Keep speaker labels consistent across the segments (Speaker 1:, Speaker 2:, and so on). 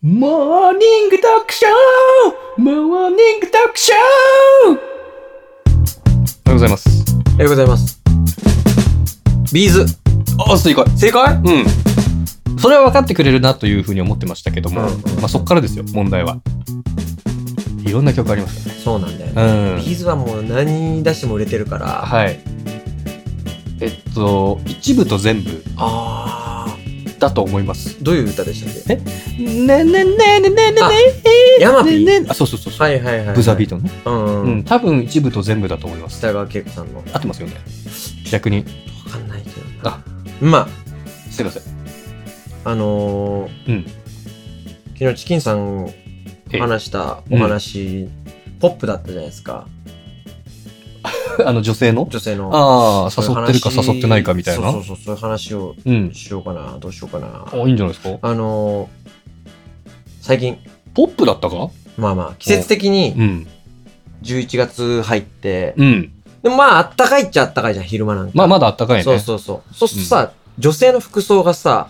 Speaker 1: モーニング読書モーニング読書
Speaker 2: おはようございます。
Speaker 3: おはようございます。ビーズ。
Speaker 2: あ、正解。
Speaker 3: 正解
Speaker 2: うん。それは分かってくれるなというふうに思ってましたけども、
Speaker 3: うん
Speaker 2: まあそっからですよ、問題は。いろんな曲ありますよね。
Speaker 3: そうなんだよね。
Speaker 2: うん
Speaker 3: ビーズはもう何出しても売れてるから。あ
Speaker 2: はい。えっと、一部と全部
Speaker 3: あ
Speaker 2: だと思います。
Speaker 3: ー。どういう歌でしたっけ
Speaker 2: ねねねねねねね
Speaker 3: ヤマピー
Speaker 2: ねねあ、そうそうそうそう。
Speaker 3: はいはいはい。
Speaker 2: ブザビー
Speaker 3: ー
Speaker 2: トのね。
Speaker 3: ト。うん
Speaker 2: う
Speaker 3: うん。
Speaker 2: ん、多分一部と全部だと思います。
Speaker 3: 北川景子さんの。わ
Speaker 2: 合ってますよね。逆に。
Speaker 3: かんないけどな
Speaker 2: あ。
Speaker 3: ま
Speaker 2: すいません。
Speaker 3: あ、あのー、
Speaker 2: うん。
Speaker 3: 昨日チキンさん
Speaker 2: ええ
Speaker 3: 話したお話、ポップだったじゃないですか。
Speaker 2: あの女性の
Speaker 3: 女性の。
Speaker 2: ああ、
Speaker 3: そういう
Speaker 2: 誘っ
Speaker 3: 話
Speaker 2: てるか誘ってないかみたいな。
Speaker 3: そうそうそう、そういう話を
Speaker 2: うん。
Speaker 3: しようかな。どうしようかな
Speaker 2: あ、。いいんじゃないですか。
Speaker 3: あのー、最近、
Speaker 2: ポップだったか
Speaker 3: まあまあ、季節的に
Speaker 2: うん。
Speaker 3: 11月入って、
Speaker 2: うん。
Speaker 3: でもまあ、あったかいっちゃあったかいじゃん、昼間なんか。
Speaker 2: まあ、まだあったかいね。
Speaker 3: そうそうそう。そうするとさ、女性の服装がさ、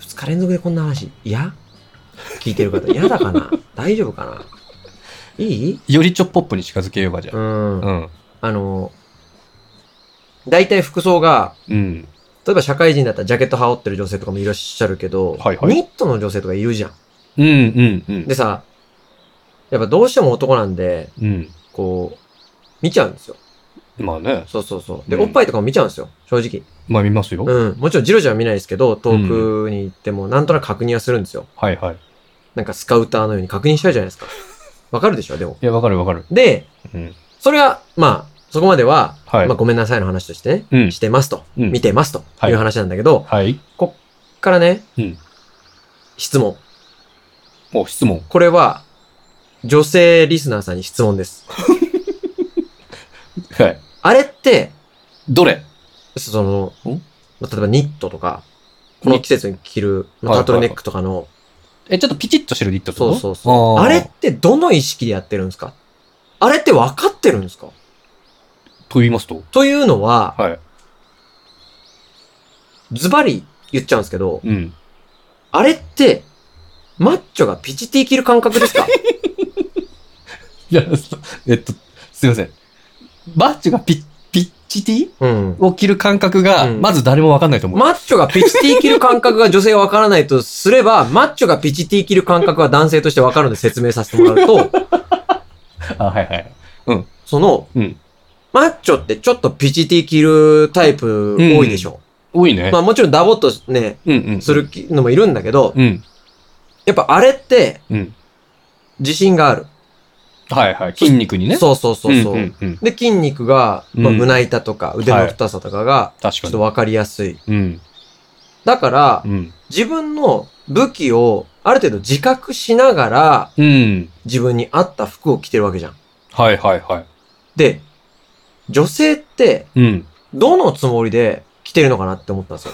Speaker 3: 2日連続でこんな話、嫌聞いてる方、嫌だかな大丈夫かないい
Speaker 2: よりちょっポップに近づけようがじゃ
Speaker 3: う
Speaker 2: あ。
Speaker 3: ん。
Speaker 2: うん。
Speaker 3: あの、大体服装が、
Speaker 2: うん。
Speaker 3: 例えば社会人だったらジャケット羽織ってる女性とかもいらっしゃるけど、
Speaker 2: はいはい
Speaker 3: ニットの女性とかいるじゃん。
Speaker 2: うんうんうん。
Speaker 3: でさ、やっぱどうしても男なんで、
Speaker 2: うん。
Speaker 3: こう、見ちゃうんですよ。
Speaker 2: まあね。
Speaker 3: そうそうそう。で、
Speaker 2: うん
Speaker 3: おっぱいとかも見ちゃうんですよ、正直。
Speaker 2: まあ見ますよ。
Speaker 3: うん。もちろんジロジロは見ないですけど、遠くに行っても、なんとなく確認はするんですよ。
Speaker 2: はいはい。
Speaker 3: なんかスカウターのように確認しちゃうじゃない ですか。わかるでしょ、でも。
Speaker 2: いや、わかるわかる。
Speaker 3: で、
Speaker 2: うん。
Speaker 3: それが、まあ、そこまでは、
Speaker 2: はい
Speaker 3: まあ、ごめんなさいの話としてね、
Speaker 2: うん
Speaker 3: し。てますと、
Speaker 2: うん
Speaker 3: 見てますと
Speaker 2: はいいう
Speaker 3: 話なんだけど、
Speaker 2: はい。
Speaker 3: こっからね、
Speaker 2: うん。
Speaker 3: 質問。
Speaker 2: お、質問。
Speaker 3: これは、女性リスナーさんに質問です。
Speaker 2: はい。
Speaker 3: あれって、
Speaker 2: どれ
Speaker 3: その
Speaker 2: ん、
Speaker 3: まあ例えばニットとか、この季節に着る、まあ
Speaker 2: はい
Speaker 3: タートルネックとかの、
Speaker 2: え、ちょっとピチッとしてるニットってこ
Speaker 3: そ
Speaker 2: と
Speaker 3: うそうそう。
Speaker 2: あー
Speaker 3: あれってどの意識でやってるんですかあれって分かってるんですか
Speaker 2: と言いますと
Speaker 3: というのは、
Speaker 2: はい。
Speaker 3: ズバリ言っちゃうんですけど、
Speaker 2: うん。
Speaker 3: あれって、マッチョがピチティ着る感覚で すか
Speaker 2: いや、そえっと、すいません。バッチがピピッチティ
Speaker 3: うん。
Speaker 2: を着る感覚が、
Speaker 3: うん
Speaker 2: まず誰もわかんないと思う。
Speaker 3: マッチョがピチティ着る感覚が女性は分からないとすれば、マッチョがピチティ着る感覚は男性として分かるので説明させてもら うと、
Speaker 2: あ、はいはい。
Speaker 3: その、
Speaker 2: うん
Speaker 3: マッチョってちょっとピチティ着るタイプ多いでしょ。
Speaker 2: 多いね
Speaker 3: ま。あもちろんダボっとね、
Speaker 2: うんうん。
Speaker 3: するのもいるんだけど、
Speaker 2: うん。
Speaker 3: やっぱあれって
Speaker 2: うん。
Speaker 3: 自信がある。
Speaker 2: はいはい。筋肉にね。
Speaker 3: そうそうそうそう。
Speaker 2: んうん。
Speaker 3: で、筋肉が、まあ、
Speaker 2: うん
Speaker 3: 胸板とか腕の太さとかが、
Speaker 2: 確
Speaker 3: ちょ
Speaker 2: か
Speaker 3: っと
Speaker 2: に。
Speaker 3: 分かりやすい。
Speaker 2: うん。
Speaker 3: だから
Speaker 2: う、ん。
Speaker 3: 自分の武器を、ある程度自覚しながら、
Speaker 2: うん。
Speaker 3: 自分に合った服を着てるわけじゃん。
Speaker 2: はいはいは
Speaker 3: で、女性って、
Speaker 2: い。うん。
Speaker 3: どのつもりで着てるのかなって思ったんですよ。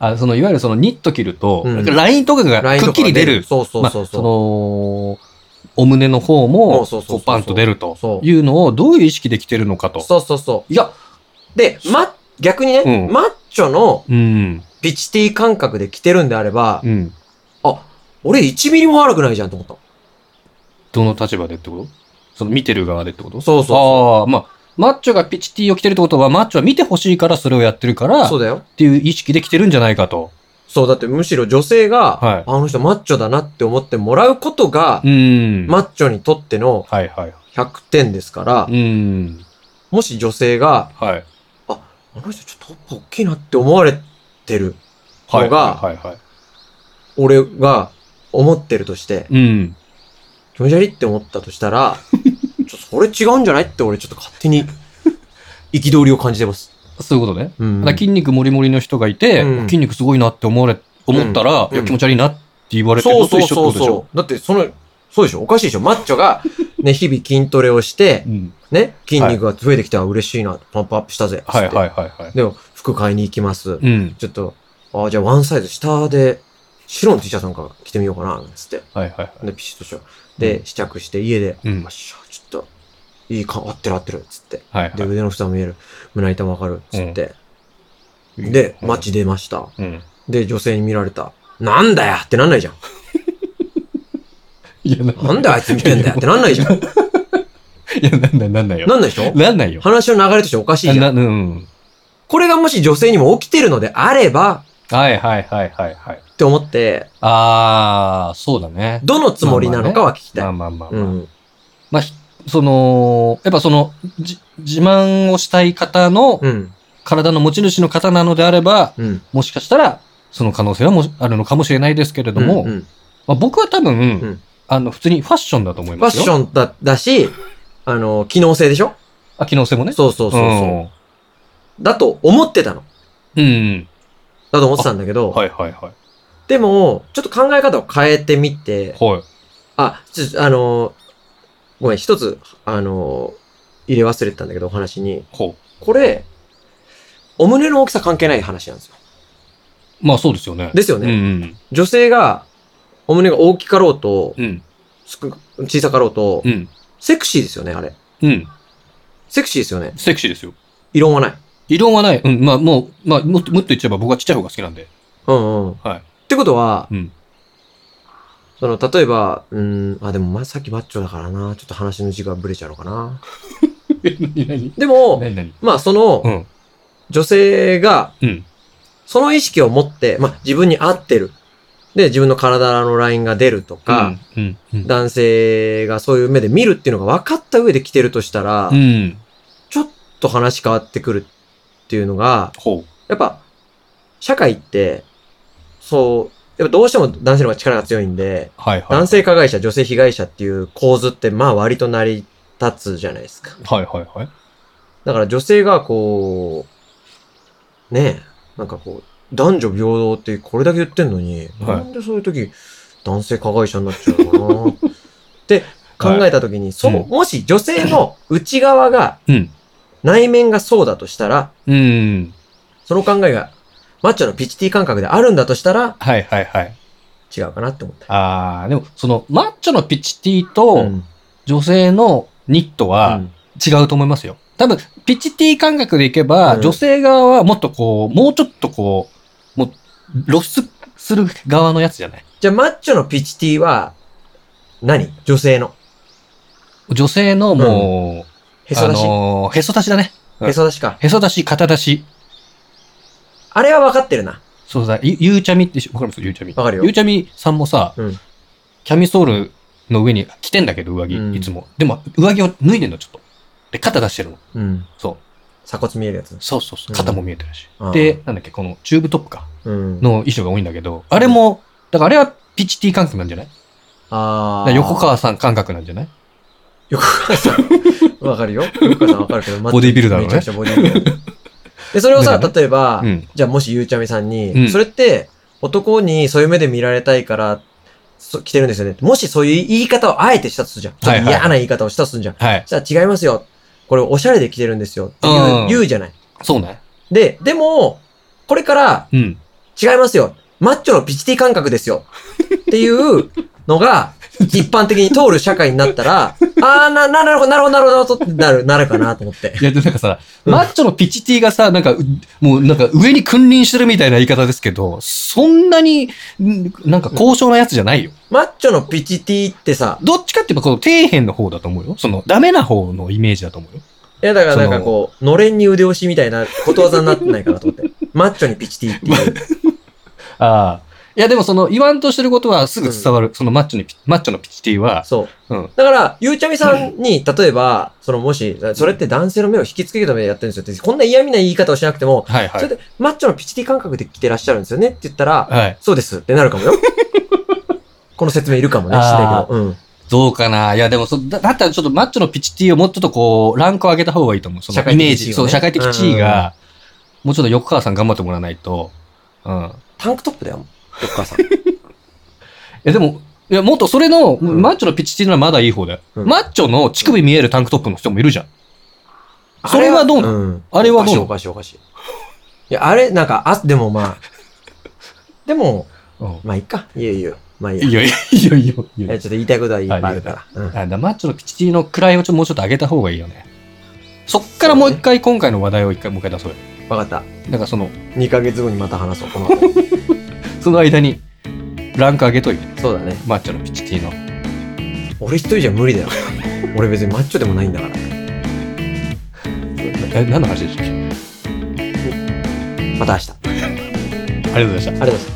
Speaker 2: あそのいわゆるそのニット着ると、
Speaker 3: うん
Speaker 2: ラインとかが
Speaker 3: ラインと
Speaker 2: く
Speaker 3: か
Speaker 2: っきり出る。
Speaker 3: そうそう
Speaker 2: まあ
Speaker 3: そう
Speaker 2: そ
Speaker 3: そう。
Speaker 2: の、お胸の方
Speaker 3: そ
Speaker 2: も、
Speaker 3: うそうそうそう
Speaker 2: こうパンと出ると
Speaker 3: そう
Speaker 2: いうのをどういう意識で着てるのかと。
Speaker 3: そうそうそう。
Speaker 2: いや、
Speaker 3: で、ま、逆にね、
Speaker 2: うん
Speaker 3: マッチョの
Speaker 2: うん、
Speaker 3: ピチティ感覚で着てるんであれば、
Speaker 2: うん。
Speaker 3: あ、俺1ミリも悪くないじゃんと思った。
Speaker 2: どの立場でってことその見てる側でってこと
Speaker 3: そうそうそう
Speaker 2: ああ、まあ、マッチョがピチティを着てるってことは、マッチョは見てほしいからそれをやってるから、
Speaker 3: そう
Speaker 2: っ
Speaker 3: だよ。
Speaker 2: ていう意識で着てるんじゃないかと。
Speaker 3: そう、だってむしろ女性が、
Speaker 2: はい
Speaker 3: あの人マッチョだなって思ってもらうことが、
Speaker 2: うん。
Speaker 3: マッチョにとっての
Speaker 2: はいはい。
Speaker 3: 100点ですから、
Speaker 2: うん。
Speaker 3: もし女性が、
Speaker 2: はい。
Speaker 3: あの人ちょっとトップ大きいなって思われてる、
Speaker 2: はい。
Speaker 3: のが
Speaker 2: はいはいはい。
Speaker 3: 俺が思ってるとして、
Speaker 2: うん。
Speaker 3: 気持ち悪いって思ったとし たら、ちょっとそれ違うんじゃないって俺ちょっと勝手に、憤りを感じてます。
Speaker 2: そういうことね。
Speaker 3: う
Speaker 2: だ
Speaker 3: ん
Speaker 2: から筋肉もりもりの人がいて、
Speaker 3: うん
Speaker 2: 筋肉すごいなって思われ、思ったら、
Speaker 3: うん
Speaker 2: いや気持ち悪いなって言われてる
Speaker 3: そ
Speaker 2: の
Speaker 3: うそ
Speaker 2: と一緒っ
Speaker 3: う
Speaker 2: てことで
Speaker 3: そう
Speaker 2: しょ。
Speaker 3: そう。だってその、そうでしょおかしいでしょマッチョが、ね、日々筋トレをして、
Speaker 2: うん
Speaker 3: ね、筋肉が増えてきたら嬉しいな、パンプアップしたぜ。
Speaker 2: はい
Speaker 3: い
Speaker 2: はいはいはい。
Speaker 3: でも、服買いに行きます。
Speaker 2: うん。
Speaker 3: ちょっと、あじゃあワンサイズ下で、白の T シャツなんか着てみようかな、なんつって。
Speaker 2: はいはいはい。
Speaker 3: で、ピシッとしよう。で、試着して家で、
Speaker 2: うん
Speaker 3: よっしゃ、ちょっと、いい感、合ってる合ってる、つって。
Speaker 2: はい
Speaker 3: で、
Speaker 2: は
Speaker 3: 腕の太さ見える。胸板もわかる、つって。
Speaker 2: い。
Speaker 3: で、
Speaker 2: うん
Speaker 3: 街出ました。
Speaker 2: うん。
Speaker 3: で、女性に見られた。なんだよってなんないじゃん。
Speaker 2: いや、な
Speaker 3: なんであいつ見てんだよってなんな いじゃん。
Speaker 2: いや、なんない、なんないよ。
Speaker 3: なんないでしょ
Speaker 2: なんないよ。
Speaker 3: 話の流れとしておかしいじゃん。
Speaker 2: なうん。
Speaker 3: これがもし女性にも起きてるのであれば、
Speaker 2: はいはいはいはいはい。
Speaker 3: って思って、
Speaker 2: あー、そうだね。
Speaker 3: どのつもりなのかは聞き
Speaker 2: ま
Speaker 3: た
Speaker 2: あ
Speaker 3: い。
Speaker 2: まあまあ。
Speaker 3: うん。
Speaker 2: まあ、ひその、やっぱその、じ自慢をしたい方の、
Speaker 3: うん。
Speaker 2: 体の持ち主の方なのであれば、
Speaker 3: うん。
Speaker 2: もしかしたら、その可能性はもしあるのかもしれないですけれども、
Speaker 3: うんうん
Speaker 2: まあ、僕は多分、
Speaker 3: ん
Speaker 2: あの、普通にファッションだと思い
Speaker 3: ファッ
Speaker 2: ますよ。
Speaker 3: シ
Speaker 2: ン
Speaker 3: ョンだだし、あの、機能性でしょ
Speaker 2: あ、機能性もね。
Speaker 3: そうそうそうそう。だと思ってたの。
Speaker 2: うん。うん。
Speaker 3: だと思ってたんだけど、
Speaker 2: はいはいはい。
Speaker 3: でも、ちょっと考え方を変えてみて、
Speaker 2: はい。
Speaker 3: あ、ちょ、あの、ごめん、一つ、あの、入れ忘れてたんだけど、お話に。
Speaker 2: ほ
Speaker 3: これ、お胸の大きさ関係ない話なんですよ。
Speaker 2: う。まあそうですよね。
Speaker 3: ですよね。
Speaker 2: うん
Speaker 3: 女性が、お胸が大きかろうと
Speaker 2: うん。う、ん。
Speaker 3: すく小さかろうと、
Speaker 2: うん。
Speaker 3: セクシーですよね、あれ。
Speaker 2: うん。
Speaker 3: セクシーですよね。
Speaker 2: セクシーですよ。
Speaker 3: 異論はない。
Speaker 2: 異論はない。うん。まあもう、まあもっともっと言っちゃえば僕はちっちゃい方が好きなんで。
Speaker 3: うんうん。
Speaker 2: はい
Speaker 3: ってことは、
Speaker 2: うん
Speaker 3: その、例えば、うーん、あ、でも、ま、さっきマッチョだからな、ちょっと話の時間ブレちゃうのかな。
Speaker 2: 何何
Speaker 3: でも、
Speaker 2: 何何
Speaker 3: まあ、その、
Speaker 2: うん。
Speaker 3: 女性が、
Speaker 2: うん。
Speaker 3: その意識を持って、まあ、自分に合ってる。で、自分の体のラインが出るとか、
Speaker 2: うん。うん。
Speaker 3: 男性がそういう目で見るっていうのが分かった上で来てるとしたら、
Speaker 2: うん。
Speaker 3: ちょっと話変わってくるっていうのが、
Speaker 2: ほ
Speaker 3: やっぱ、社会って、そう、やっぱどうしても男性の方が力が強いんで、
Speaker 2: う。はいはい。
Speaker 3: 男性加害者、女性被害者っていう構図って、まあ割と成り立つじゃないですか。
Speaker 2: はいはいはい。
Speaker 3: だから女性がこう、ねえ、なんかこう、男女平等ってこれだけ言ってんのに、
Speaker 2: はい
Speaker 3: なんでそういう時、男性加害者になっちゃうのかなって考えた時に、そう、
Speaker 2: うん
Speaker 3: もし女性の内側が、
Speaker 2: うん。
Speaker 3: 内面がそうだとしたら、
Speaker 2: うん。
Speaker 3: その考えが、マッチョのピチティ感覚であるんだとしたら、
Speaker 2: はいはいはい。
Speaker 3: 違うかなって思った。
Speaker 2: ああ、でも、その、マッチョのピチティと
Speaker 3: ん。
Speaker 2: 女性のニット
Speaker 3: う
Speaker 2: は
Speaker 3: ん
Speaker 2: 違うと思いますよ。多分、ピチティ感覚でいけば、
Speaker 3: うん
Speaker 2: 女性側はもっとこう、もうちょっとこう、もう、露出する側のやつじゃない
Speaker 3: じゃあ、マッチョのピチティは何、女性の。
Speaker 2: 女性のもう、
Speaker 3: へそ
Speaker 2: あ
Speaker 3: 出し、
Speaker 2: のーへそ出しだね。
Speaker 3: へそ出しか。
Speaker 2: へそ出し、肩出し。
Speaker 3: あれは分かってるな。
Speaker 2: そうだ、ゆゆうちゃみってし、わかりますゆうちゃみ。
Speaker 3: わかるよ
Speaker 2: ゆうちゃみさんもさ、
Speaker 3: うん
Speaker 2: キャミソールの上に着てんだけど、上着、
Speaker 3: うん
Speaker 2: いつも。でも、上着を脱いでんの、ちょっと。で、肩出してるの。
Speaker 3: うん。
Speaker 2: そう。
Speaker 3: 鎖骨見えるやつ。
Speaker 2: そうそうそうう。
Speaker 3: ん
Speaker 2: 肩も見えてるし。
Speaker 3: ああ
Speaker 2: で、なんだっけ、このチューブトップか。
Speaker 3: うん。
Speaker 2: の衣装が多いんだけど、あれも、だからあれはピチティ感覚なんじゃないだか
Speaker 3: あ
Speaker 2: ら
Speaker 3: ー
Speaker 2: 横。川さん感覚なんじゃない
Speaker 3: 横川さ ん。わかるよ。横川さんわかるけど、マッチョ
Speaker 2: ボディビルダーのね
Speaker 3: めちゃくちゃボディビルダー。で、それを
Speaker 2: だ
Speaker 3: さ、
Speaker 2: から
Speaker 3: 例えば、
Speaker 2: うん。
Speaker 3: じゃあもしゆうちゃみさんに、
Speaker 2: うん
Speaker 3: それって男にそういう目で見られたいから、そ着てるんですよね。もしそういう言い方をあえてしたとするじゃん。ちょっ
Speaker 2: はい
Speaker 3: と
Speaker 2: はい
Speaker 3: 嫌な言い方をしたとするじゃん。
Speaker 2: はい。
Speaker 3: じゃあ違いますよ。これおしゃれで着てるんですよ。って言
Speaker 2: うん
Speaker 3: う言うじゃない。
Speaker 2: そうね。
Speaker 3: で、でも、これから
Speaker 2: うん。
Speaker 3: 違いますよ。マッチョのピチティ感覚ですよ。っていうのが、一般的に通る社会になったら、あーな、ななるほど、なるほど、なるほど、ってなる、なるかなと思って。
Speaker 2: いや、でなんかさ、
Speaker 3: うん
Speaker 2: マッチョのピチティがさ、なんか、うもうなんか上に君臨してるみたいな言い方ですけど、そんなに、んなんか高尚なやつじゃないよ。
Speaker 3: マッチョのピチティってさ、
Speaker 2: どっちかっていうと、この底辺の方だと思うよ。その、ダメな方のイメージだと思うよ。
Speaker 3: いや、だからなんかこう、のれんに腕押しみたいなことわざになってないかなと 思って。マッチョにピチティっていう。
Speaker 2: ああ。いや、でもその、言わんとしてることはすぐ伝わる。そのマッチョにピ、マッチョのピチティは、
Speaker 3: そう。
Speaker 2: うん
Speaker 3: だから、ゆうちゃみさんに、例えば、そのもし、それって男性の目を引きつけるためにやってるんですよって、こんな嫌味な言い方をしなくても、
Speaker 2: はいは
Speaker 3: そ
Speaker 2: い。
Speaker 3: れで、マッチョのピチティ感覚で来てらっしゃるんですよねって言ったら、
Speaker 2: はい。
Speaker 3: そうですってなるかも よ。この説明いるかもね、してないけど。うん。
Speaker 2: どうかないや、でもそ、だだったらちょっとマッチョのピチティをもうちょっとこう、ランクを上げた方がいいと思う。その
Speaker 3: 社
Speaker 2: イ
Speaker 3: 会的
Speaker 2: メー
Speaker 3: 地位を
Speaker 2: ジ、
Speaker 3: ね
Speaker 2: そう、社会的地位
Speaker 3: うんうん
Speaker 2: が、もうちょっと横川さん頑張ってもらわないと。うん。
Speaker 3: タンクトップだよ、お母さん。
Speaker 2: え、でも、いや、もっとそれの、
Speaker 3: ん
Speaker 2: マッチョのピチティならまだいい方だよ。
Speaker 3: うん
Speaker 2: マッチョの乳首見えるタンクトップの人もいるじゃん。それはどうなの
Speaker 3: ん
Speaker 2: あれはどうなの
Speaker 3: おかしいおかしいおかしい。いや、あれ、なんか、あ、でもまあ、でも、
Speaker 2: うん。
Speaker 3: まあいいか。いいよいいよ。まあいい
Speaker 2: い
Speaker 3: や
Speaker 2: いよ、いいよ、いいよ、いいよ。
Speaker 3: えちょっと言いたいことはいっぱいあるから。うん
Speaker 2: あだマッチョのピチティの位をちょもうちょっと上げた方がいいよね。そっからもう一回、今回の話題を一回もう一回出そうよ。
Speaker 3: わかった。
Speaker 2: なんかその、
Speaker 3: 2ヶ月後にまた話そう、この後。
Speaker 2: その間に、ランク上げといて、
Speaker 3: そうだね。
Speaker 2: マッチョのピチティの。
Speaker 3: 俺一人じゃ無理だよ。俺別にマッチョでもないんだから。
Speaker 2: え、何の話でしたっけあり
Speaker 3: また明日。ありが
Speaker 2: が
Speaker 3: と
Speaker 2: とうございました。
Speaker 3: うございます。